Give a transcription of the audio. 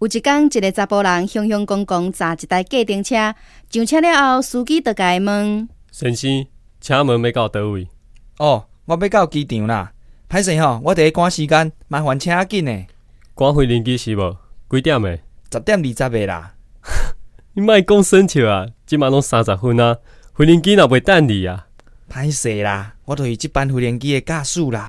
有一天，一个查甫人雄雄公公揸一台计程车，上车了后，司机就甲伊问：先生，请问要到倒位？哦，我要到机场啦，歹势吼，我第一赶时间，麻烦请较紧诶，赶回恁机是无？几点诶？十点二十个啦。你莫讲生笑啊！即晚拢三十分啊，回恁机若袂等你啊！歹势啦，我就是即班无人机的驾驶啦。